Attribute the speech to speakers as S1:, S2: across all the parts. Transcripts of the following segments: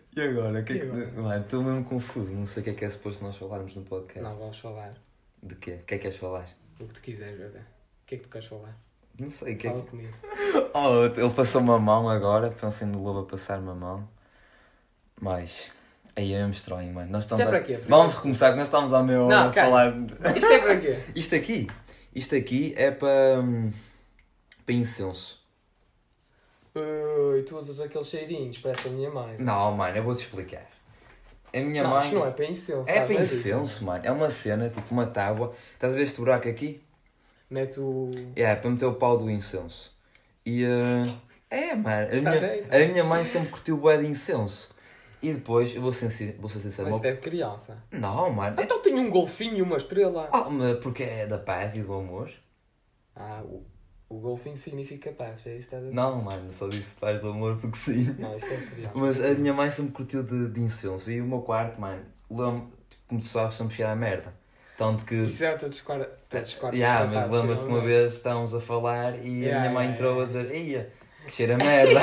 S1: que é que- Mano, Estou mesmo confuso, não sei o que é que é suposto nós falarmos no podcast.
S2: Não, vamos falar
S1: De quê? O que é que queres falar?
S2: o que tu quiseres, bebê. O que é que tu queres falar?
S1: Não sei, o que é
S2: Fala
S1: que...
S2: comigo.
S1: Oh, ele passou uma mão agora, pensei no lobo a passar-me a mão. Mas... Aí é mesmo estranho, mano. Nós
S2: Isto
S1: estamos
S2: é
S1: a-
S2: para quê? Para
S1: Vamos
S2: quê?
S1: recomeçar, que nós estamos à meia hora
S2: Não,
S1: a
S2: cara.
S1: falar... de-
S2: Isto é para quê?
S1: Isto aqui, isto aqui é para... hum, Para incenso.
S2: Ui, tu usas aqueles cheirinhos, parece a minha mãe.
S1: Não, mano, eu vou-te explicar. A minha
S2: não,
S1: mãe...
S2: isto não é para incenso.
S1: É
S2: estás
S1: para
S2: a dizer?
S1: incenso, mano. É uma cena, tipo uma tábua. Estás a ver este buraco aqui?
S2: Metes o.
S1: É, é para meter o pau do incenso. E. eh, é, mano. A
S2: Tá
S1: minha,
S2: bem.
S1: a minha mãe sempre curtiu bué de incenso. E depois, eu vou ser, sin- vou ser sincero.
S2: Mas isto
S1: meu-
S2: é de criança.
S1: Não, mano. É...
S2: Então tenho um golfinho e uma estrela.
S1: Ah, mas porque é da paz e do amor?
S2: Ah, o, o golfinho significa paz, é isso que estás a dizer?
S1: Não, mano, só disse paz do amor porque sim.
S2: Não, isto é de criança.
S1: Mas a minha mãe sempre curtiu de, de incenso. E o meu quarto, mano, lembro, tipo, como tu sabes, sempre cheira a merda. Tanto que.
S2: Isso é o teu desquadro. Teu desquadro
S1: Ah, Yeah, mas lembras-te
S2: é?
S1: que uma vez estávamos a falar e a
S2: Yeah,
S1: minha mãe
S2: yeah,
S1: entrou a dizer, eia, que cheiro a merda.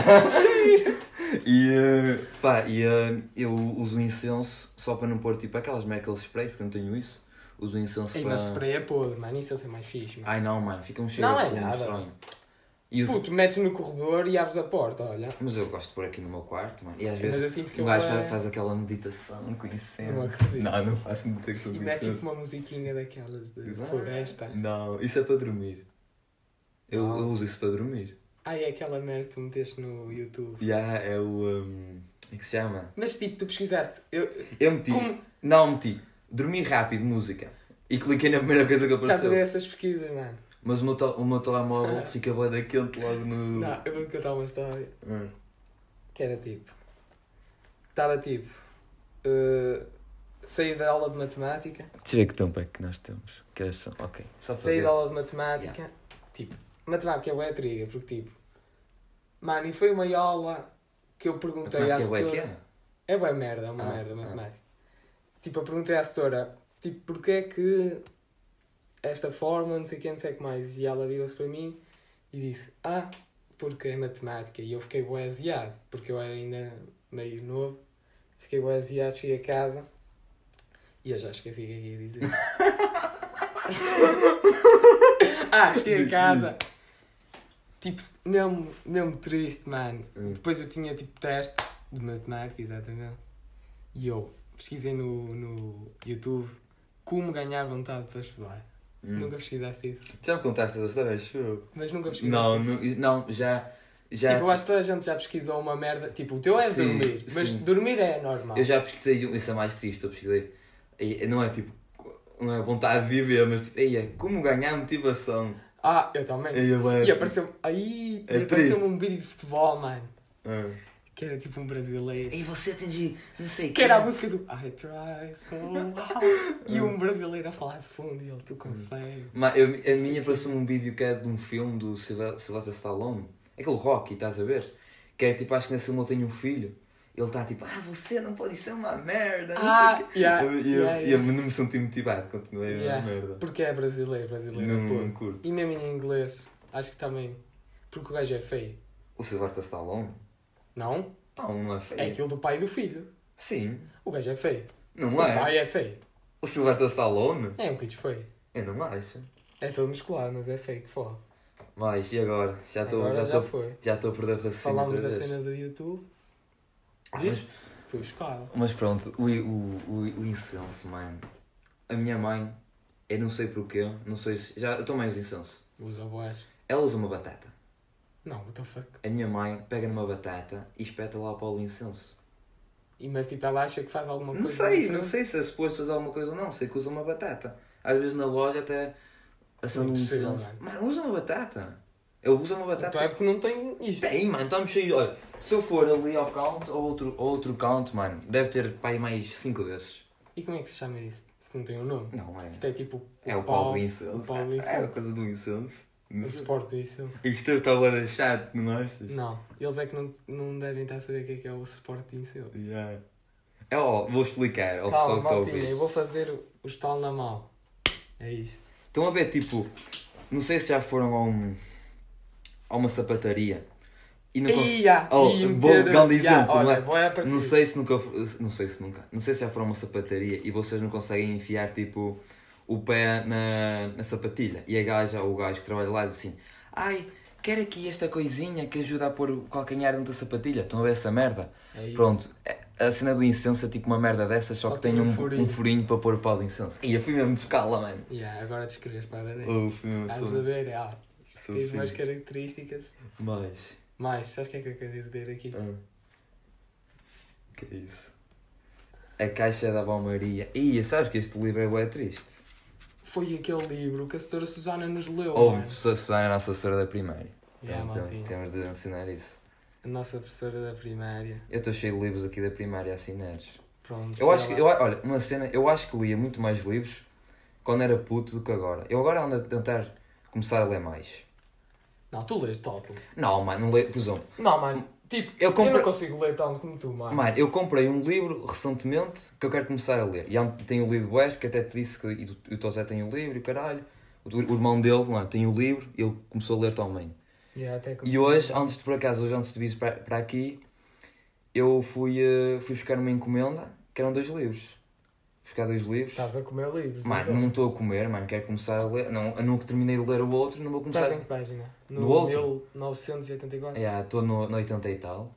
S1: e eh, pá, e eh, eu uso incenso só para não pôr tipo aquelas aqueles sprays, porque eu não tenho isso. Uso incenso
S2: Ei,
S1: para.
S2: mas spray é podre, mano. Incenso é mais fixe, mano.
S1: Ai não, mano, fica um cheiro
S2: Não é
S1: assim,
S2: nada.
S1: estranho. E o-
S2: Puto, metes no corredor e abres a porta, olha.
S1: Mas eu gosto de pôr aqui no meu quarto, mano. E às
S2: Mas
S1: vezes
S2: assim fica
S1: o gajo
S2: bué-
S1: faz, faz aquela meditação com incenso.
S2: Não acredito.
S1: Não, não faço meditação
S2: E
S1: com
S2: mete tipo
S1: incenso.
S2: uma musiquinha daquelas de
S1: Vai.
S2: floresta.
S1: Não, isso é para dormir. Eu,
S2: Ah.
S1: eu uso isso para dormir.
S2: Ah, é aquela merda que tu meteste no YouTube.
S1: Já é o. hum, como é que se chama?
S2: Mas tipo, tu pesquisaste. Eu,
S1: Eu meti.
S2: como
S1: Não, meti. Dormi rápido, música. E cliquei na primeira coisa que
S2: estás a ver
S1: apareceu.
S2: essas pesquisas, mano?
S1: Mas o meu, to- o meu telemóvel fica bem daquele logo no.
S2: Não, eu vou-te contar uma história.
S1: Hum.
S2: Que era tipo. Estava tipo. eh, saí da aula de matemática.
S1: Deixa eu ver que tampa é que nós temos. Que eras só. Ok. Só para
S2: Saí
S1: ver.
S2: da aula de matemática. Tipo, matemática é bué triga, porque tipo. Mano, e foi uma aula que eu perguntei à
S1: Matemática é
S2: setora.
S1: bué que é?
S2: É bem merda, é uma
S1: Ah,
S2: merda
S1: ah.
S2: matemática. Tipo, eu perguntei à setora, tipo, porquê é que esta fórmula, não sei o que, não sei o que mais, e ela virou-se para mim e disse, ah, porque é matemática. E eu fiquei boaziado, porque eu era ainda meio novo, fiquei boaziado, cheguei a casa e eu já esqueci o que é que ia dizer. ah, cheguei a casa. Tipo, mesmo, mesmo triste, mano.
S1: Hum.
S2: Depois eu tinha tipo teste de matemática, exatamente. E eu pesquisei no, no YouTube como ganhar vontade para estudar.
S1: Hum.
S2: Nunca pesquisaste isso.
S1: Já me contaste essa história, show.
S2: Mas nunca pesquisaste
S1: Não,
S2: isso.
S1: não, não, já. já
S2: Tipo, eu acho que toda a gente já pesquisou uma merda. Tipo, o teu é
S1: Sim,
S2: dormir. Mas
S1: sim.
S2: dormir é normal.
S1: Eu já pesquisei, um- isso é mais triste, eu pesquisei. e- Não é tipo. Não é vontade de viver, mas tipo. Ei, é como ganhar motivação.
S2: Ah, eu também.
S1: Ei, eu é-
S2: E apareceu. Aí
S1: É
S2: apareceu-me um vídeo de futebol, mano.
S1: Ah.
S2: Que era tipo um brasileiro.
S1: E você atingi, não sei o
S2: Que era a música do I try so hard. E um brasileiro a falar de fundo e ele,
S1: Hum.
S2: tu consegue.
S1: Mas eu- a minha passou-me um vídeo que é de um filme do Silva- Sylvester Stallone. Aquele Rocky, estás a ver? Que é tipo, acho que nesse filme eu tenho um filho. Ele está tipo, ah, você não pode ser uma merda, não
S2: Ah,
S1: sei o quê.
S2: yeah,
S1: É eu, eu,
S2: yeah,
S1: eu
S2: yeah.
S1: não me senti motivado, continuei a
S2: Yeah,
S1: merda.
S2: Porque é brasileiro, brasileiro.
S1: Não,
S2: pô.
S1: não curto.
S2: E mesmo em inglês, acho que também. Porque o gajo é feio.
S1: O Sylvester Stallone?
S2: Não?
S1: Não, não é feio.
S2: É aquilo do pai e do filho.
S1: Sim,
S2: O gajo é feio.
S1: não
S2: O
S1: é.
S2: pai é feio.
S1: O Sylvester Stallone?
S2: É um bocadinho feio.
S1: Eu não acho.
S2: É todo musculado, mas é feio que foda.
S1: Mas, e agora? Já estou
S2: Agora
S1: já
S2: já
S1: estou-
S2: foi.
S1: já estou a perder o raciocínio
S2: Falámos
S1: outra
S2: da
S1: vez.
S2: cena do YouTube.
S1: Ah, mas-
S2: Viste? Fui buscá-la.
S1: Mas pronto, o, o, o, o incenso, mano. A minha mãe, eu não sei porquê, não sei se. Já, eu tomei os incenso.
S2: Usa boas.
S1: Ela usa uma batata.
S2: Não, what the fuck.
S1: A minha mãe pega numa batata e espeta lá para o incenso.
S2: E, mas tipo, ela acha que faz alguma
S1: Não
S2: coisa.
S1: sei, não
S2: diferente.
S1: sei se é suposto fazer alguma coisa ou não, sei que usa uma batata. Às vezes na loja até acende um
S2: Não é possível,
S1: incenso.
S2: mano.
S1: Mano, usa uma batata. Ele usa uma
S2: Então é
S1: batata.
S2: porque não tem isto.
S1: Tem, mano, estamos cheios. Olha, se eu for ali ao count ou outro, ou outro count, mano, deve ter pai mais 5 desses.
S2: E como é que se chama isto? Se não tem um nome.
S1: Não, é.
S2: Isto é tipo.
S1: É o pau do
S2: O
S1: incenso.
S2: pau do
S1: É a
S2: incenso.
S1: coisa do incenso.
S2: O suporte do incenso.
S1: Isto é agora chato, não achas?
S2: Não, eles é que não, não devem estar a saber o que é que é o suporte de incenso.
S1: Yeah. É, ó, vou explicar ao pessoal
S2: Calma,
S1: que está a
S2: maltinha, eu
S1: ouvir.
S2: vou fazer o- o estalo na mão. É isto.
S1: Estão a ver, tipo, não sei se já foram a, um, a uma sapataria E não cons-
S2: Ia,
S1: Oh,
S2: ia
S1: bom,
S2: meter-
S1: grande
S2: Ya,
S1: exemplo,
S2: olha,
S1: não é?
S2: bué parecido.
S1: Não sei se nunca. Não sei se nunca. Não sei se já foram a uma sapataria e vocês não conseguem enfiar tipo o pé na, na sapatilha. E a gaja ou o gajo que trabalha lá diz assim: Ai, quer aqui esta coisinha que ajuda a pôr o calcanhar dentro da sapatilha. Estão a ver essa merda?
S2: É isso.
S1: Pronto. é- A cena do incenso é tipo uma merda dessas, só, que tem um, um furinho. para pôr o pau de incenso. E eu fui mesmo buscar lá, mano.
S2: Ya, agora descreves para a Dani.
S1: Oh, fui mesmo
S2: Estás a
S1: só-
S2: ver, ah,
S1: só
S2: tens
S1: fui.
S2: mais características.
S1: Mais.
S2: Mais, sabes o que é que eu quero dizer aqui?
S1: Ah. Que é isso? A Caixa da Balmaria. Ia, sabes que este livro é bué triste.
S2: Foi aquele livro que a senhora Susana nos leu, é?
S1: Ou
S2: mano.
S1: professora Susana, a nossa professora da primária.
S2: Ya,
S1: temos, de,
S2: maltinha.
S1: temos de ensinar isso.
S2: A nossa professora da primária.
S1: Eu estou cheio de livros aqui da primária assinados.
S2: Pronto.
S1: Eu acho que,
S2: sei
S1: eu,
S2: lá.
S1: olha, uma cena, eu acho que lia muito mais livros quando era puto do que agora. Eu agora ando a tentar começar a ler mais.
S2: Não, tu lês tanto.
S1: Não, mano, não leio, por exemplo,
S2: Não, mano. Tipo,
S1: Eu
S2: eu,
S1: compre-
S2: não consigo ler tanto como tu, mano.
S1: Mano, eu comprei um livro recentemente que eu quero começar a ler. E há- tenho lido o West, que até te disse que e o- e o Tosé tem o livro, e o caralho. O, o irmão dele lá, tem o livro e ele começou a ler também.
S2: Ya, é até que-
S1: E hoje, antes de por acaso, hoje antes de vir para, para aqui, eu fui, eh, fui buscar uma encomenda que eram dois livros. Fui buscar dois livros.
S2: Estás a comer livros.
S1: Mano,
S2: então.
S1: não estou a comer, mano, quero começar a ler. Não, eu nunca terminei de ler o outro, não vou começar.
S2: Estás em que página? No,
S1: No outro?
S2: 1984?
S1: Estou no, no 80 e tal.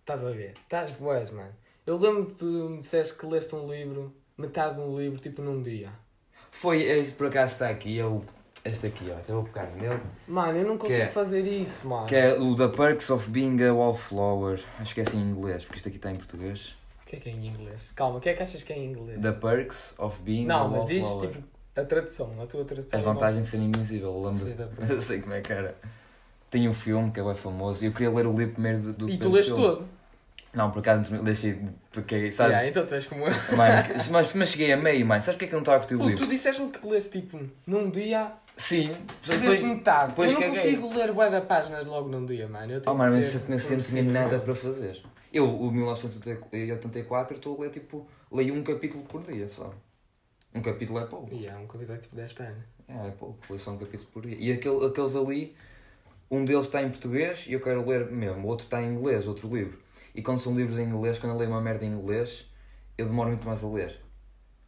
S2: Estás a ver? Estás boas, mano. Eu lembro de tu me disseste que leste um livro, metade de um livro, tipo num dia.
S1: Foi, este por acaso está aqui, é o, este aqui, ó. Até vou pegar nele.
S2: Mano, eu não consigo
S1: é?
S2: fazer isso, mano.
S1: Que é o The Perks of Being a Wallflower. Acho que é assim em inglês, porque isto aqui está em português.
S2: O que é que é em inglês? Calma, o que é que achas que é em inglês?
S1: The Perks of Being a
S2: Não, mas diz
S1: Wallflower.
S2: tipo a tradução, a tua tradução.
S1: As
S2: é uma-
S1: vantagens de ser invisível, eu lembro.
S2: Filha da puta.
S1: Eu sei como é que era. Tem um filme que é bem famoso e eu queria ler o livro primeiro do, do
S2: E tu
S1: do
S2: leste
S1: filme.
S2: todo.
S1: Não, por acaso não deixei. Porque, sabes?
S2: Yeah, então tu és como eu.
S1: Mano, que- mas, mas cheguei a meio, mano. Sabes porque é que eu não estava a curtir o
S2: Tu,
S1: livro?
S2: tu disseste-me que leste tipo num dia,
S1: Sim,
S2: tu
S1: depois.
S2: leste metade.
S1: depois é
S2: eu não
S1: caguei.
S2: consigo ler bué da páginas logo num dia, mano. Eu tenho
S1: Oh, mano,
S2: que
S1: mas
S2: ser
S1: eu nesse tempo não tinha
S2: progressivo,
S1: nada
S2: mano.
S1: para fazer. Eu, o 1984, estou a ler tipo. Leio um capítulo por dia só. Um capítulo é pouco.
S2: E há um convidado tipo 10 páginas.
S1: É, é pouco, leio só um capítulo por dia. E aquele, aqueles ali, um deles está em português e eu quero ler mesmo, o outro está em inglês, outro livro. E quando são livros em inglês, quando eu leio uma merda em inglês, eu demoro muito mais a ler.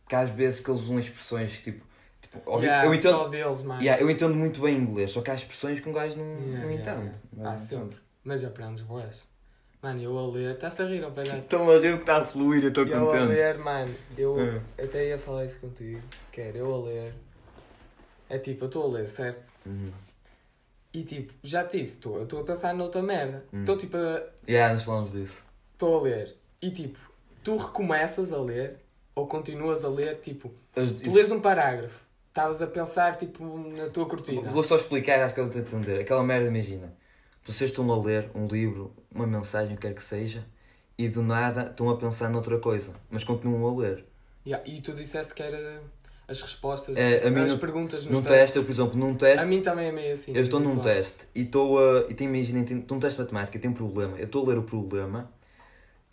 S1: Porque às vezes que eles usam expressões que, tipo. tipo óbvio-
S2: Yeah,
S1: eu,
S2: só
S1: entendo,
S2: deles, mano.
S1: yeah, eu entendo muito bem inglês, só que há expressões que um gajo não,
S2: Yeah,
S1: não
S2: yeah,
S1: entende.
S2: yeah.
S1: não
S2: Ah,
S1: entende.
S2: sempre. Mas aprendes boas. Mano, eu a ler. Estás-te a rir, não palhaço?
S1: Estão a rir que está a fluir, eu estou
S2: Eu a
S1: contente.
S2: ler, mano, eu
S1: Hum.
S2: até ia falar isso contigo. Quero eu a ler. É tipo, eu estou a ler, certo?
S1: Uhum.
S2: E tipo, já te disse, estou- eu estou a pensar noutra merda.
S1: Hum.
S2: Estou tipo a.
S1: Yeah, nós falamos disso.
S2: Estou a ler. E tipo, tu recomeças a ler ou continuas a ler, tipo,
S1: As-
S2: tu lês um parágrafo. Estavas a pensar, tipo, na tua cortina.
S1: Vou só explicar, acho que eles vão entender. Aquela merda, imagina. Vocês estão a ler um livro, uma mensagem, o que quer que seja, e do nada estão a pensar noutra coisa, mas continuam a ler.
S2: Yeah, E tu disseste que era as respostas,
S1: É, a mim
S2: as
S1: não-
S2: perguntas nos
S1: Num
S2: testes.
S1: teste, eu, por exemplo, num
S2: A
S1: teste,
S2: mim também é meio assim.
S1: eu estou
S2: de
S1: num
S2: quando.
S1: teste e estou a. E te imagina, tem- num teste de matemática, tem um problema, eu estou a ler o problema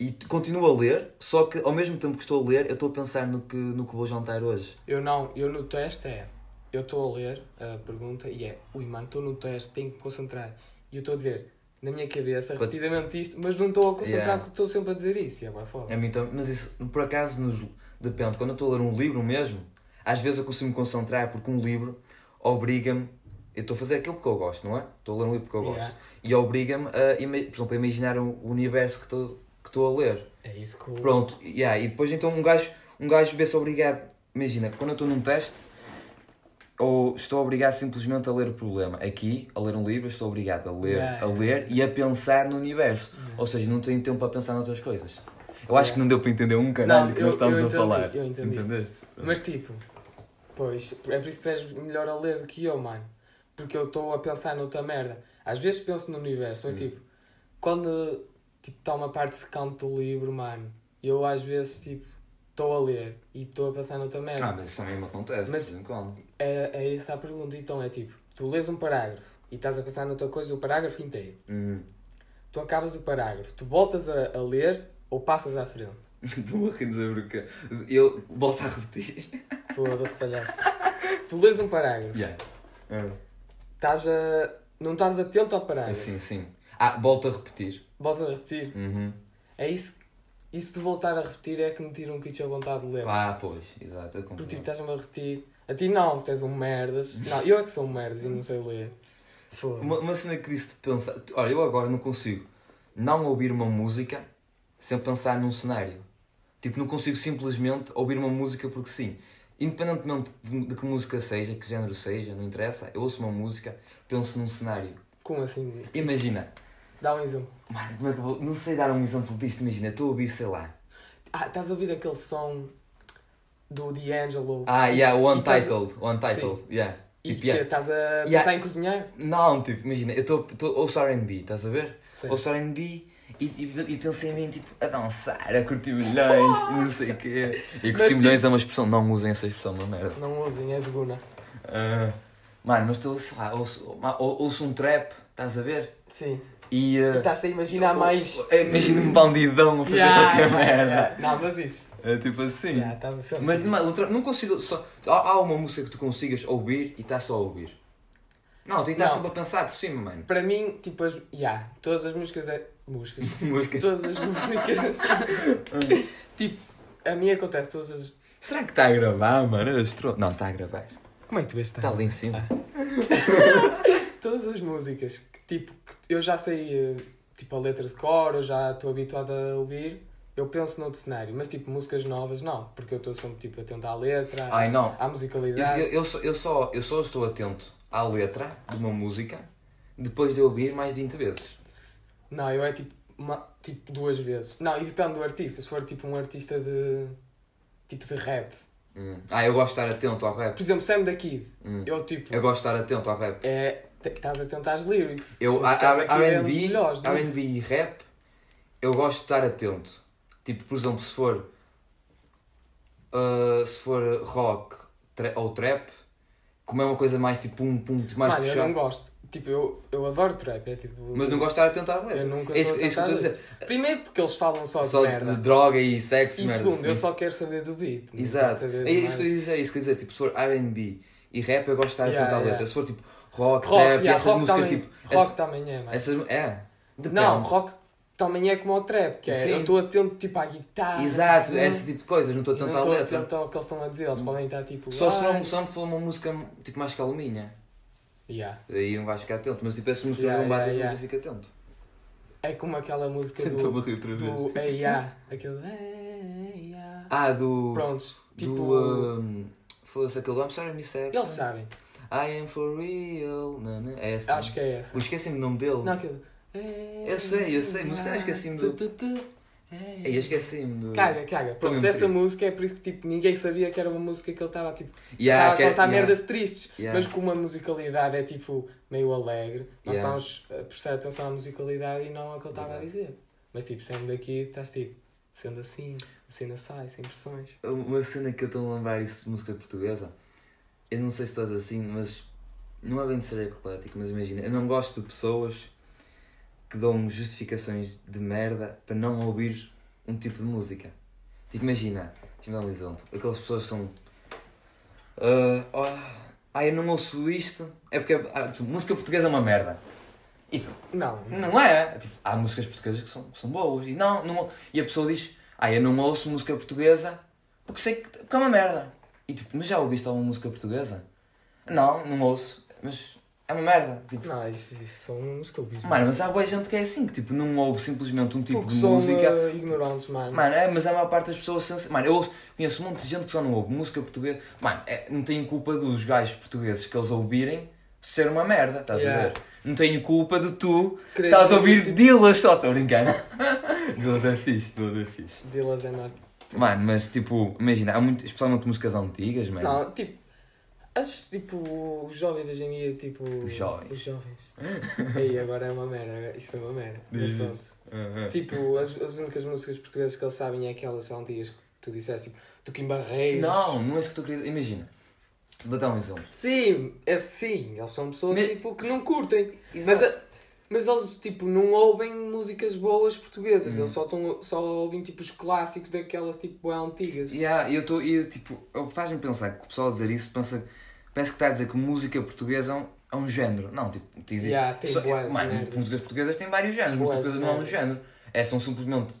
S1: e t- continuo a ler, só que ao mesmo tempo que estou a ler, eu estou a pensar no que, no que vou jantar hoje.
S2: Eu não, eu no teste é. Eu estou a ler a pergunta e é, ui mano, estou no teste, tenho que me concentrar. E eu estou a dizer, na minha cabeça,
S1: Quando-
S2: repetidamente isto, mas não estou a concentrar
S1: Yeah.
S2: porque estou sempre a dizer isso. E é bem foda.
S1: A mim também, mas isso por acaso nos depende. Quando eu estou a ler um livro mesmo, às vezes eu consigo me concentrar porque um livro obriga-me. Eu estou a fazer aquilo que eu gosto, não é? Estou a ler um livro que eu gosto.
S2: Yeah.
S1: E obriga-me a, ima- por exemplo, a imaginar o universo que estou que estou a ler.
S2: É isso que eu...
S1: Pronto, yeah. e depois então um gajo, um gajo vê-se obrigado. Imagina, quando eu estou num teste, ou estou obrigado simplesmente a ler o problema. Aqui, a ler um livro, estou obrigado a ler,
S2: Yeah.
S1: a ler e a pensar no universo. Ou seja, não tenho tempo para pensar nas outras coisas. Eu acho que não deu para entender um caralho
S2: Não,
S1: do que nós
S2: eu-
S1: estamos
S2: eu
S1: a
S2: entendi,
S1: falar.
S2: eu entendi.
S1: Entendeste?
S2: Mas tipo, pois, é por isso que tu és melhor a ler do que eu, mano. Porque eu estou a pensar noutra merda. Às vezes penso no universo, mas tipo, quando tipo, está uma parte secante do livro, mano, eu às vezes tipo, estou a ler e estou a pensar noutra merda.
S1: Ah, mas isso também me acontece
S2: Mas-
S1: de vez em quando.
S2: É, é essa a pergunta, então é tipo, tu lês um parágrafo e estás a pensar na tua coisa o parágrafo inteiro.
S1: Hum.
S2: Tu acabas o parágrafo, tu voltas a, a ler ou passas à frente.
S1: Estou a rir de saber o que Eu volto a repetir.
S2: Foda-se, palhaço. tu lês um parágrafo,
S1: Yeah. Ah,
S2: estás a, não estás atento ao parágrafo.
S1: Sim, sim. Ah, volto a repetir.
S2: Voltas a repetir.
S1: Uhum.
S2: É isso. Isso de voltar a repetir é que me tira um kit à vontade de ler.
S1: Ah, pois, exato, eu
S2: Porque tipo,
S1: compreendo.
S2: estás-me a repetir. A ti não, tu és um merdas. Não, eu é que sou um merdas e não sei ler. Foda-se.
S1: Uma, uma cena que disse de pensar. tu- Olha, eu agora não consigo não ouvir uma música sem pensar num cenário. Tipo, não consigo simplesmente ouvir uma música porque sim. Independentemente de, de que música seja, que género seja, não interessa, eu ouço uma música, penso num cenário.
S2: Como assim?
S1: Imagina,
S2: Dá um exemplo.
S1: mano, como é que eu vou. Não sei dar um exemplo disto, imagina, estou a ouvir, sei lá.
S2: Ah, estás a ouvir aquele som do D'Angelo?
S1: Ah, yeah, o
S2: E estás a-
S1: Untitled, o Untitled, yeah.
S2: E
S1: Tipo,
S2: que
S1: yeah.
S2: estás a
S1: Yeah.
S2: pensar em cozinhar?
S1: Não, tipo, imagina, eu estou. Ouço RB, estás a ver?
S2: Sim.
S1: Ouço RB e, e, e pensei em mim, tipo, a dançar, a curtir milhões, e não sei o quê. E curtir
S2: tipo-
S1: milhões é uma expressão, não usem essa expressão, uma merda.
S2: Não usem, é de Guna.
S1: Ah, mano, mas estou, sei lá, ouço, ma- ou- ouço um trap, estás a ver?
S2: Sim.
S1: E. ah,
S2: E estás Tá, a imaginar mais.
S1: oh, Imagina-me bandidão a fazer qualquer merda.
S2: yeah. Não, mas isso.
S1: É tipo assim.
S2: Yeah, estás a ser.
S1: Mas de uma- outra- não consigo. Só, há, há uma música que tu consigas ouvir e está só a ouvir. Não, tem que estar
S2: Não.
S1: sempre a pensar por cima, mano.
S2: Para mim, tipo, as... yeah, todas as músicas é. Músicas.
S1: Músicas.
S2: todas as músicas. tipo, a mim acontece todas as.
S1: Será que está a gravar, mano? Era estro- Não, está a gravar.
S2: Como é que tu vês?
S1: Está ali em cima.
S2: Ah. Todas as músicas que, tipo, que eu já sei, eh, tipo, a letra de cor, eu já estou habituado a ouvir, eu penso noutro cenário. Mas, tipo, músicas novas, não. Porque eu estou sempre, tipo, atento à letra,
S1: Ai, não.
S2: à
S1: Eu,
S2: musicalidade.
S1: eu, eu só, eu, só, eu só estou atento à letra de uma música depois de eu ouvir mais de 20 vezes.
S2: Não, eu é, tipo, uma- tipo, duas vezes. Não, e depende do artista. Se for, tipo, um artista de... Tipo, de rap.
S1: Hum. Ah, eu gosto de estar atento ao
S2: Por
S1: rap.
S2: exemplo, Sam da Kid.
S1: Hum.
S2: Eu, tipo,
S1: Eu gosto de estar atento ao rap.
S2: é... te- Estás atento às lyrics.
S1: Eu,
S2: Porque
S1: a-
S2: Sam
S1: a-
S2: da Kid é um dos
S1: R&B,
S2: melhores né? disso.
S1: R&B e rap, eu gosto de estar atento. Tipo, por exemplo, se for ah, se for rock tra- ou trap, como é uma coisa mais tipo um ponto mais
S2: Mano, eu
S1: puxado,
S2: não gosto. Tipo, eu, eu adoro trap. É, tipo...
S1: mas não gosto de estar atento às letras.
S2: Eu nunca
S1: é isso,
S2: estou
S1: é isso que eu
S2: a
S1: estou a
S2: tentar
S1: dizer.
S2: Primeiro porque eles falam só,
S1: Só
S2: de
S1: de,
S2: merda.
S1: droga e sexo,
S2: E
S1: merda.
S2: segundo, eu
S1: sim.
S2: só quero saber do beat. não
S1: Exato.
S2: quero saber
S1: É
S2: de
S1: isso que eu
S2: mais.
S1: ia dizer, é isso que eu ia dizer. Tipo, se for RB e rap, eu gosto de estar
S2: Yeah,
S1: atento à
S2: yeah.
S1: letra. Se for tipo rock,
S2: Rock,
S1: trap,
S2: yeah,
S1: essas
S2: rock
S1: músicas
S2: também,
S1: tipo.
S2: rock também é, mano.
S1: Essas, essas- é. Depende.
S2: Não, rock também é como o trap, que é,
S1: Sim.
S2: eu estou atento tipo à guitarra.
S1: Exato,
S2: tipo,
S1: esse tipo de coisas, não estou
S2: não
S1: atento à
S2: estou
S1: letra. Hum.
S2: atento ao que eles estão a dizer, eles podem estar tipo.
S1: Só se,
S2: "Ai".
S1: não, só não for uma música tipo mais calminha.
S2: Yeah.
S1: Aí um gajo fica atento, mas tipo essa música
S2: Yeah,
S1: não bate,
S2: yeah,
S1: yeah, fica atento.
S2: É como aquela música
S1: Estou-me
S2: do.
S1: a rir outra vez.
S2: do A.I.A. Aquele. A.I.A.
S1: Ah, do.
S2: Prontos, tipo.
S1: Do. Um, Foda-se aquele. I'm sorry, Miss Sex.
S2: Eles sabem,
S1: I am for real. Não, não. É essa.
S2: acho que é essa.
S1: Eu esqueci-me do nome dele.
S2: Não, aquele.
S1: Eu sei, eu sei, mas eu esqueci-me assim do- É
S2: Tu, tu, tu. é."
S1: Ei, eu esqueci-me do.
S2: Caga, caga. Pronto,
S1: Também
S2: essa
S1: triste.
S2: música é por isso que tipo, ninguém sabia que era uma música que ele estava tipo,
S1: Yeah,
S2: estava
S1: que- é-
S2: a contar
S1: yeah.
S2: merdas tristes,
S1: Yeah.
S2: mas com uma musicalidade é tipo meio alegre. Nós
S1: Yeah.
S2: estávamos a prestar atenção à musicalidade e não ao que ele estava a dizer. Mas tipo, sendo daqui, estás tipo, sendo assim, assim sai, sem pressões.
S1: Uma cena que eu estou a lembrar isso de música portuguesa, eu não sei se estás assim, mas não é bem de ser eclético, mas imagina, eu não gosto de pessoas que dão justificações de merda para não ouvir um tipo de música. Tipo, imagina, deixa-me dar um exemplo, aquelas pessoas que são. ah, oh, ah, eu não ouço isto, é porque ah, tipo, música portuguesa é uma merda. E tu,
S2: Não,
S1: não é. Tipo, há músicas portuguesas que são, que são boas. E, não, não- e a pessoa diz, ah, eu não ouço música portuguesa porque sei que, porque é uma merda. E tipo, mas já ouviste alguma música portuguesa? Não, não ouço, mas é uma merda. Tipo,
S2: não, isso, isso são estúpidos.
S1: mano, mas há boa gente que é assim, que tipo, não ouve simplesmente um tipo
S2: Porque
S1: de
S2: são
S1: música.
S2: eh, ignorantes, mano.
S1: Mano, é, mas a maior parte das pessoas são assim. Mano, eu ouço- conheço um monte de gente que só não ouve música portuguesa. Mano, é- não tenho culpa dos gajos portugueses que eles ouvirem ser uma merda, estás a
S2: Yeah.
S1: ver? Não tenho culpa de tu
S2: Querer
S1: estás a
S2: ouvir,
S1: ouvir
S2: tipo-
S1: Dilas só, estou brincando. Dilas é fixe, Dilas é fixe.
S2: Dilas é nada.
S1: Mano, mas tipo, imagina, há muito, especialmente músicas antigas, mano.
S2: Não, tipo, as, tipo, os jovens hoje em dia, tipo. Os
S1: jovens.
S2: Os jovens. Aí agora é uma merda, isto foi uma merda. Mas
S1: Diz,
S2: pronto.
S1: Ah, ah.
S2: Tipo, as, as únicas músicas portuguesas que eles sabem é aquelas são antigas que tu disseste, tipo, do Kim Barreiros.
S1: Não, não é isso que tu querias. Imagina, vou dar um exemplo.
S2: Sim, é sim, eles são pessoas
S1: Mas-
S2: tipo, que não curtem. Mas,
S1: Exato.
S2: a- mas eles, tipo, não ouvem músicas boas portuguesas,
S1: Hum.
S2: eles só, tão, só ouvem, tipo, os clássicos daquelas, tipo, bué antigas.
S1: Yeah, eu tá estou, eu, tipo, eu- faz-me pensar que o pessoal a dizer isso pensa, parece que está a dizer que música portuguesa é um- é um género. Não, tipo, te existe.
S2: Yeah, tem
S1: só-
S2: bué de
S1: mano, um
S2: merdas.
S1: músicas portuguesas têm vários géneros, mas
S2: Bué de
S1: portuguesas não é um
S2: merdas.
S1: género. É, são simplesmente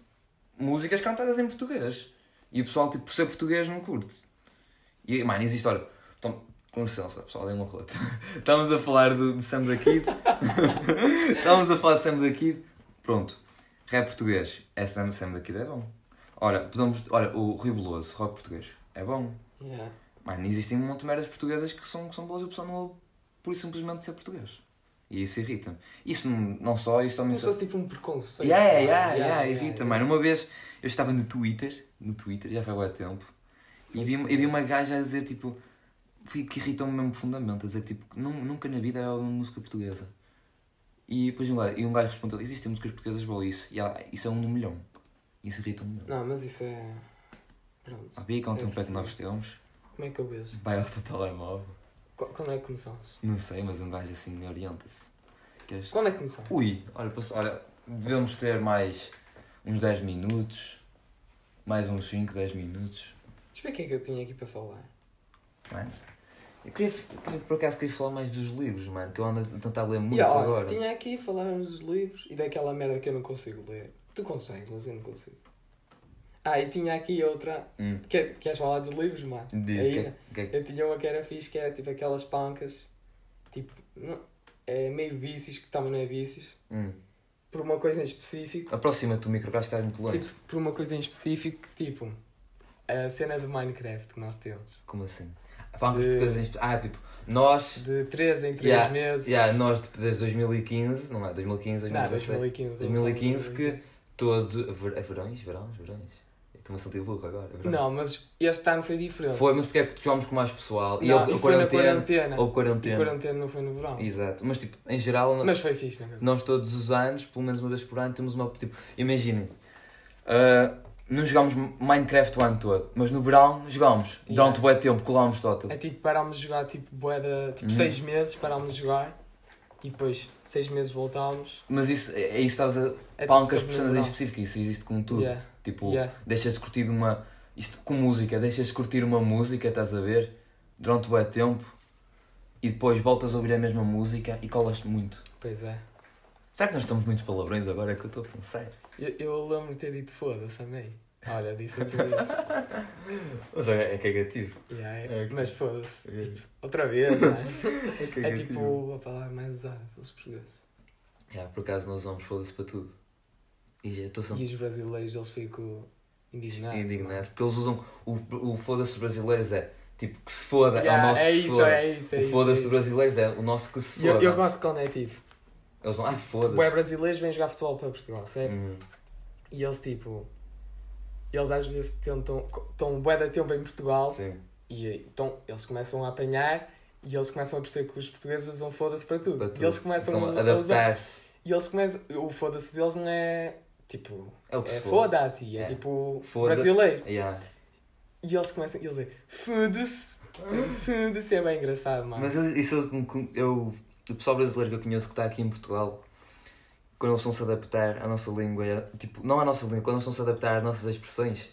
S1: músicas cantadas em português. E o pessoal, tipo, por ser português, não curte. E, mano, existe, olha. Então, com licença, pessoal, dei um roto. Estamos a falar de, de Sam da Kid. Estamos a falar de Sam da Kid. Pronto. Rap português. É Sam, Sam da Kid é bom. Olha, podemos, olha, o Rui Beloso, rock português. É bom.
S2: Yeah.
S1: Mano, existem um monte de merdas portuguesas que são, que são boas e o pessoal não ouve por isso simplesmente ser português. E isso irrita-me. Isso não, não só, isso também.
S2: Como se
S1: Só...
S2: fosse tipo um preconceito.
S1: Yeah, yeah,
S2: mano.
S1: yeah,
S2: yeah,
S1: irrita,
S2: yeah.
S1: mano. Uma vez eu estava no Twitter, no Twitter, já foi há bué tempo, e vi, e vi uma gaja a dizer tipo. fui- Que irritou-me mesmo profundamente, a dizer tipo, que nun- nunca na vida era uma música portuguesa. E depois um gajo, e um gajo respondeu: existem músicas portuguesas boas, isso. E ela, isso é um do milhão. Isso irrita-me mesmo.
S2: Não, mas isso é. Pronto.
S1: Ah, vi quanto
S2: É
S1: tempo é que
S2: sim.
S1: nós temos?
S2: Como é que eu vejo?
S1: Vai ao teu telemóvel.
S2: Qu- Quando é que começamos?
S1: Não sei, mas um gajo assim orienta-se. Queres-
S2: Quando é que começamos?
S1: Ui, olha, posso- olha, devemos ter mais uns 10 minutos, mais uns 5, 10 minutos.
S2: Deixa eu ver o que é que eu tinha aqui para falar.
S1: Mano, eu queria, eu queria- por acaso queria falar mais dos livros, mano, que eu ando a tentar ler muito
S2: Yeah, olha,
S1: agora.
S2: Tinha aqui, falávamos dos livros e daquela merda que eu não consigo ler. Tu consegues, mas eu não consigo. Ah, e tinha aqui outra.
S1: Hum,
S2: Quer, queres falar dos livros, mano?
S1: diz,
S2: Aí,
S1: que, é que,
S2: Eu tinha uma que era fixe, que era tipo aquelas pancas. Tipo, não, é meio vícios, que também não é vícios.
S1: hum.
S2: Por uma coisa em específico.
S1: Aproxima-te do micro, que acho que estás muito longe.
S2: Tipo, por uma coisa em específico, que, tipo, a cena do Minecraft que nós temos.
S1: Como assim? Falamos
S2: De-
S1: de coisas em espe- Ah, tipo, nós,
S2: De 3 em 3
S1: Yeah,
S2: meses.
S1: yeah, nós tipo, desde 2015, não é? 2015,
S2: Não,
S1: 2016.
S2: 2015. eu não sei.
S1: 2015 que todos. ver- Verões? Verões? Verões? Eu Estou-me a sentir burro agora. verões.
S2: Não, mas este ano foi diferente.
S1: Foi, mas porque é porque jogámos com mais pessoal. E
S2: Não,
S1: houve
S2: e
S1: ou
S2: foi na
S1: quarentena.
S2: quarentena.
S1: Ou
S2: E
S1: quarentena.
S2: quarentena não foi no verão.
S1: Exato. Mas tipo, em geral, no-
S2: Mas foi fixe, não é?
S1: nós todos os anos, pelo menos uma vez por ano, temos uma. Tipo, imaginem. ah, não jogámos Minecraft o ano todo, mas no verão jogámos.
S2: Yeah.
S1: Durante o bué tempo, colámos total.
S2: É tipo, parámos de jogar tipo boeda, tipo
S1: Uhum.
S2: 6 meses, parámos de jogar e depois 6 meses voltámos.
S1: Mas isso, é é isso que estavas a.
S2: É
S1: Pancas por
S2: sempre no
S1: cenas em
S2: verão.
S1: específico, isso existe como tudo.
S2: Yeah.
S1: Tipo,
S2: Yeah.
S1: deixas-te curtir de uma. Isto com música, deixas-te curtir uma música, estás a ver? Durante o bué tempo e depois voltas a ouvir a mesma música e colas-te muito.
S2: Pois é.
S1: Será que nós estamos muitos palavrões agora? É que eu estou a pensar.
S2: Eu, eu lembro de ter dito foda-se, amei. Olha, disse outra vez.
S1: Mas é, é cagativo.
S2: Yeah,
S1: É,
S2: é,
S1: ok.
S2: mas foda-se,
S1: É.
S2: tipo, outra vez, não é?
S1: É,
S2: É tipo a palavra mais usada pelos portugueses.
S1: por acaso nós usamos foda-se para tudo. E já estou
S2: E
S1: sempre
S2: os brasileiros, eles ficam indignados. mano.
S1: indignado. Porque eles usam. O, o foda-se brasileiros é tipo que se foda, é o
S2: Yeah,
S1: nosso
S2: é
S1: que se
S2: isso,
S1: foda.
S2: é isso, é
S1: o
S2: isso.
S1: foda-se
S2: é isso.
S1: brasileiros é o nosso que se
S2: E
S1: foda.
S2: Eu, eu gosto quando é tipo,
S1: Eles vão, ah,
S2: bué
S1: foda-se.
S2: brasileiros vêm jogar futebol para Portugal, certo?
S1: Hum.
S2: E eles tipo. Eles às vezes tentam. estão bué da tempo em Portugal
S1: Sim,
S2: e então eles começam a apanhar e eles começam a perceber que os portugueses usam foda-se para tudo.
S1: para
S2: E
S1: tudo.
S2: eles começam
S1: São
S2: a, a usar.
S1: adaptar-se.
S2: E eles começam. O foda-se deles não é tipo.
S1: É o que
S2: É
S1: se foda.
S2: foda-se, é,
S1: É.
S2: tipo
S1: Foda-
S2: brasileiro.
S1: Yeah.
S2: E eles começam. E eles dizem foda-se. Foda-se é bem engraçado, mano.
S1: Mas eu- isso eu, eu- o pessoal brasileiro que eu conheço que está aqui em Portugal, quando eles estão se adaptar à nossa língua, e a- tipo, não à nossa língua, quando eles estão se adaptar às nossas expressões,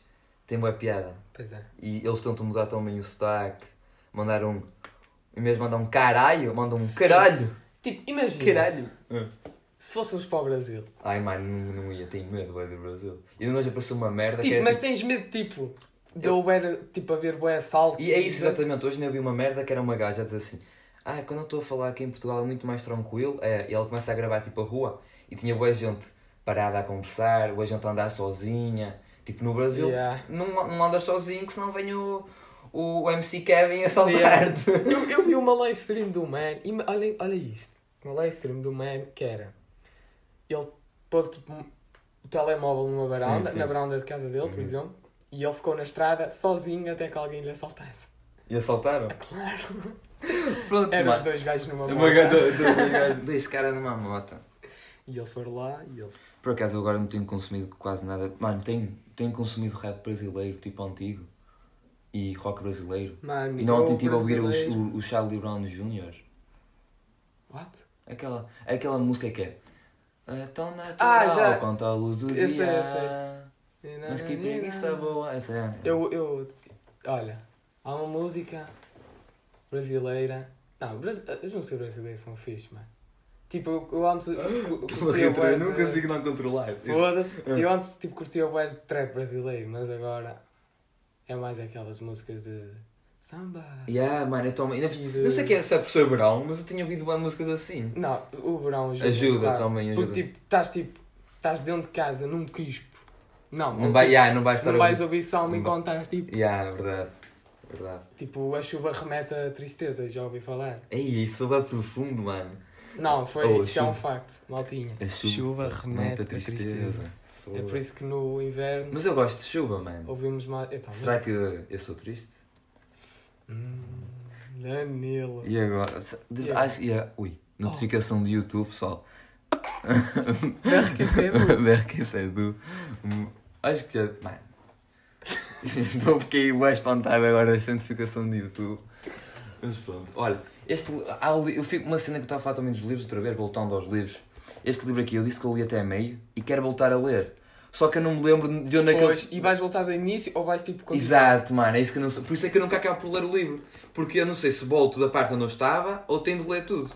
S1: tem boa piada.
S2: Pois é.
S1: E eles tentam mudar também o sotaque, mandar um. Em vez de mandar um caralho, mandam um caralho!
S2: Tipo, imagina.
S1: Caralho!
S2: Se fôssemos para o Brasil.
S1: Ai, mano, não, não ia, tenho medo, é do Brasil. E depois apareceu uma merda que
S2: Tipo,
S1: era,
S2: mas
S1: tipo-
S2: tens medo, tipo, de eu... haver, tipo, haver bué assaltos.
S1: E é isso
S2: mas-
S1: exatamente. Hoje não vi uma merda que era uma gaja a dizer assim: Ah, quando eu estou a falar aqui em Portugal é muito mais tranquilo. É, e ela começa a gravar tipo a rua e tinha boa gente parada a conversar, boa gente a andar sozinha. Tipo no Brasil,
S2: Yeah.
S1: não, não andas sozinho que senão vem o, o, o MC Kevin a salvar-te.
S2: Eu, eu vi uma live stream do man, e me- olha, olha isto. Uma live stream do man que era. Ele pôs tipo um- o telemóvel numa varanda,
S1: sim.
S2: na varanda de casa dele, por
S1: Uhum.
S2: exemplo, e ele ficou na estrada sozinho até que alguém lhe assaltasse.
S1: E assaltaram.
S2: Claro.
S1: Pronto,
S2: Eram os
S1: mano.
S2: dois gajos numa
S1: é Uma gaja-
S2: varanda.
S1: do- do- do gajo- Desse cara numa moto.
S2: E eles foram lá e eles.
S1: Por acaso eu agora não tenho consumido quase nada. Mano, tenho, tenho consumido rap brasileiro, tipo antigo, e rock brasileiro.
S2: Mano,
S1: E não ontem
S2: eu
S1: estive a ouvir o,
S2: brasileiro-
S1: o, o Charlie Brown Jr.
S2: What?
S1: Aquela, aquela música que é. "É Tão
S2: Ah,
S1: natural
S2: já.
S1: quanto a luz do
S2: Eu
S1: dia.
S2: sei, eu
S1: Mas que preguiça boa. Essa é.
S2: Eu, eu. Olha, há uma música brasileira Não, o Brasi- as músicas brasileiras são fixe, mano. Tipo, eu, eu antes.
S1: Ah,
S2: cu- curtia
S1: Eu, tipo,
S2: bué de-
S1: não consigo não controlar. Eu-
S2: Foda-se. Eu antes tipo, curtia o de trap brasileiro, mas agora é mais aquelas músicas de samba.
S1: Yeah, mano, eu tomo. ainda por-
S2: E de-
S1: Não sei que é, se é por ser verão, mas eu tinha ouvido bem músicas assim.
S2: Não, o verão ajuda.
S1: Ajuda
S2: claro.
S1: também, ajuda.
S2: Porque tipo, estás tipo, estás dentro de casa num quispo. Não,
S1: não, vai,
S2: tipo,
S1: yeah, não vais estar
S2: não
S1: a
S2: vais
S1: ouvir.
S2: ouvir salmo
S1: Não vai.
S2: enquanto estás tipo.
S1: Yeah, é verdade. é Verdade.
S2: Tipo, a chuva remete a tristeza, já ouvi falar.
S1: Ei, isso vai profundo, mano.
S2: Não, foi
S1: Oh, a
S2: isso é um
S1: chuva-
S2: facto, maltinha.
S1: A
S2: Chuva remete
S1: a
S2: a tristeza. É por isso que no inverno
S1: Mas eu gosto de chuva, mano.
S2: ouvimos mais. Eu também.
S1: Será que eu sou triste?
S2: Hum, Danilo.
S1: E agora? Se- de-
S2: Yeah.
S1: Acho, yeah. Ui, notificação do YouTube, pessoal.
S2: RQC do-
S1: Da RQC é do. Hum, Acho que já. Mano. Estou fiquei bem espantado agora desta notificação do YouTube. Mas pronto, olha, este li- há li- eu fico uma cena que eu estava a falar também dos livros, outra vez, voltando aos livros. Este livro aqui eu disse que eu li até meio e quero voltar a ler. Só que eu não me lembro de onde é que eu.
S2: Pois, e vais voltar do início ou vais tipo. continuar?
S1: Exato, mano, é isso que eu não sei. Por isso é que eu nunca acabo por ler o livro. Porque eu não sei se volto da parte onde eu estava ou tenho de ler tudo.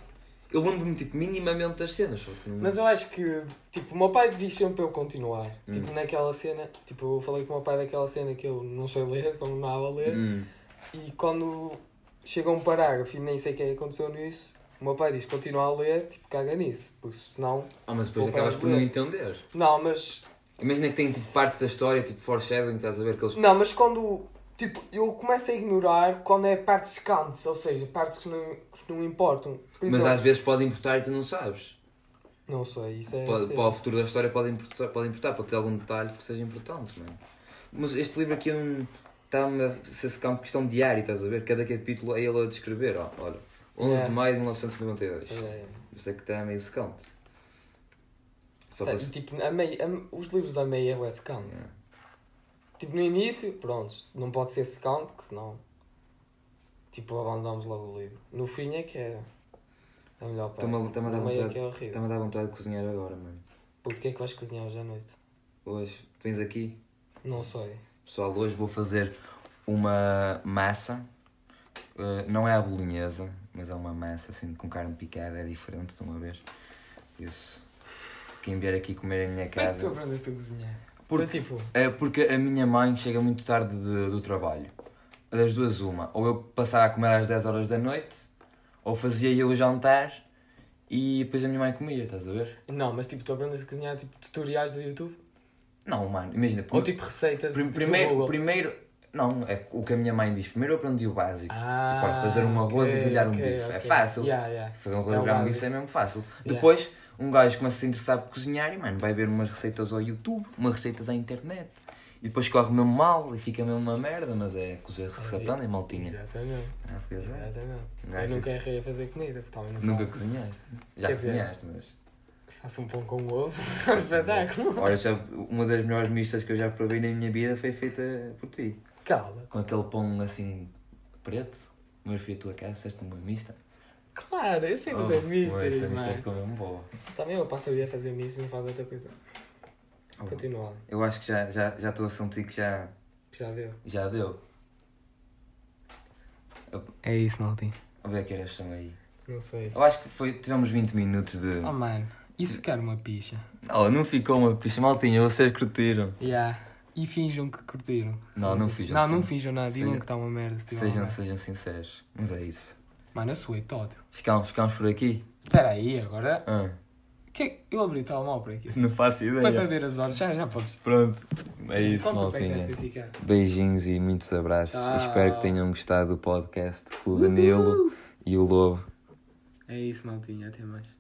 S1: Eu lembro-me, tipo, minimamente das cenas. só que não-
S2: Mas eu acho que, tipo, o meu pai diz sempre para eu continuar.
S1: Hum.
S2: Tipo, naquela cena, tipo, eu falei com o meu pai daquela cena que eu não sei ler, sou nada a ler.
S1: Hum.
S2: E quando chega um parágrafo e nem sei o que é que aconteceu nisso, o meu pai diz continua a ler, tipo, caga nisso. Porque senão.
S1: Ah, mas depois
S2: Vou
S1: acabas
S2: parar
S1: por
S2: de
S1: não
S2: ler.
S1: entender.
S2: Não, mas.
S1: Imagina que tem tipo, partes da história, tipo foreshadowing, estás a ver que eles.
S2: Não, mas quando. Tipo, eu começo a ignorar quando é partes cantes, ou seja, partes que não, que não importam. Por
S1: Mas
S2: exemplo,
S1: às vezes pode importar e tu não sabes.
S2: Não sei, isso é.
S1: Pode,
S2: cena.
S1: para o futuro da história pode importar, pode importar, pode ter algum detalhe que seja importante, não é? Mas este livro aqui eu não. Está-me a ser esse campo questão diária, estás a ver? Cada capítulo é ele a descrever, ó, olha. 11
S2: É.
S1: de maio de 1992.
S2: É.
S1: Isso é que está meio secante. Só
S2: Tá,
S1: para.
S2: tipo, a meio, a- os livros da meia é o secante.
S1: Yeah.
S2: Tipo, no início, prontos, não pode ser secante, que senão. Tipo, abandonamos logo o livro. No fim é que é. A melhor parte.
S1: Está-me a- está-me a dar
S2: no meio é
S1: vontade-
S2: que é horrível.
S1: Está-me a dar vontade de cozinhar agora, mano.
S2: Porque é que vais cozinhar hoje à noite?
S1: Hoje, tens aqui.
S2: Não sei.
S1: Pessoal, hoje vou fazer uma massa. Eh, não é a bolonhesa, mas é uma massa assim com carne picada, é diferente de uma vez. Por isso, quem vier aqui comer em minha
S2: Como é que tu
S1: casa.
S2: aprendeste a cozinhar?
S1: Porque-
S2: Foi tipo.
S1: É porque a minha mãe chega muito tarde de- do trabalho. Das duas, uma. Ou eu passava a comer às 10 horas da noite, ou fazia eu o jantar e depois a minha mãe comia, estás a ver?
S2: Não, mas tipo, tu aprendeste a cozinhar tipo tutoriais do YouTube?
S1: Não, mano, imagina.
S2: Ou tipo receitas
S1: prim-
S2: tipo, do
S1: primeiro,
S2: Google?
S1: primeiro. Não, é o que a minha mãe diz. Primeiro eu aprendi o básico.
S2: Ah,
S1: Tipo, olha, fazer um arroz
S2: ok,
S1: e grelhar um
S2: ok,
S1: bife. É
S2: ok.
S1: fácil.
S2: Yeah, yeah.
S1: Fazer um
S2: É
S1: arroz
S2: o
S1: e grelhar um
S2: básico.
S1: bife é mesmo fácil.
S2: Yeah.
S1: Depois, um gajo começa a se interessar por cozinhar e, mano, vai ver umas receitas ao YouTube, umas receitas à internet. E depois corre mesmo mal e fica mesmo uma merda, mas é cozer que se
S2: Ah,
S1: aprende, maltinha.
S2: Exatamente.
S1: Ah, pois é.
S2: Exatamente.
S1: Um
S2: Eu
S1: gajo-
S2: nunca errei a fazer comida, porque também não
S1: Nunca
S2: faço.
S1: cozinhaste. Já
S2: Quer dizer-
S1: cozinhaste, mas.
S2: Faço um pão com ovo. um Espetáculo.
S1: Olha, já, uma das melhores mistas que eu já provei na minha vida foi feita por ti.
S2: Cala.
S1: Com aquele pão assim preto, mas foi a tua casa, fizeste uma mista.
S2: Claro, eu sei fazer
S1: Oh, mas
S2: misto,
S1: Essa mista
S2: é mano.
S1: ficou mesmo boa.
S2: Também eu passo a vida a fazer misto e não faço outra coisa.
S1: Oh.
S2: Continua.
S1: Eu acho que já já já estou a sentir que já,
S2: Já deu.
S1: já deu.
S2: É isso, Maltinho.
S1: Vamos ver que horas são aí.
S2: Não sei.
S1: Eu acho que foi, tivemos 20 minutos de.
S2: Oh, mano. Isso quer uma picha.
S1: Oh, não ficou uma picha. Maltinha, vocês curtiram.
S2: Yeah. E finjam que curtiram.
S1: Não, não finjam,
S2: Não, não
S1: sim.
S2: finjam nada. Digam
S1: Sejam-
S2: que está uma merda. Se tiver uma
S1: Sejam, assim.
S2: merda.
S1: sejam sinceros. Mas é isso.
S2: Mano, eu suei todo.
S1: Ficámos, ficámos por aqui?
S2: Espera aí, agora.
S1: Ah,
S2: Que... Eu abri o telemóvel para aqui.
S1: não faço
S2: Foi para
S1: ideia.
S2: ver as horas. Já, já podes.
S1: Pronto. É isso,
S2: Conta o que é que
S1: maltinha.
S2: deve ter ficado.
S1: Beijinhos e muitos abraços.
S2: Tchau.
S1: Espero que tenham gostado do podcast com o Danilo e o Lobo.
S2: É isso, Maltinho. Até mais.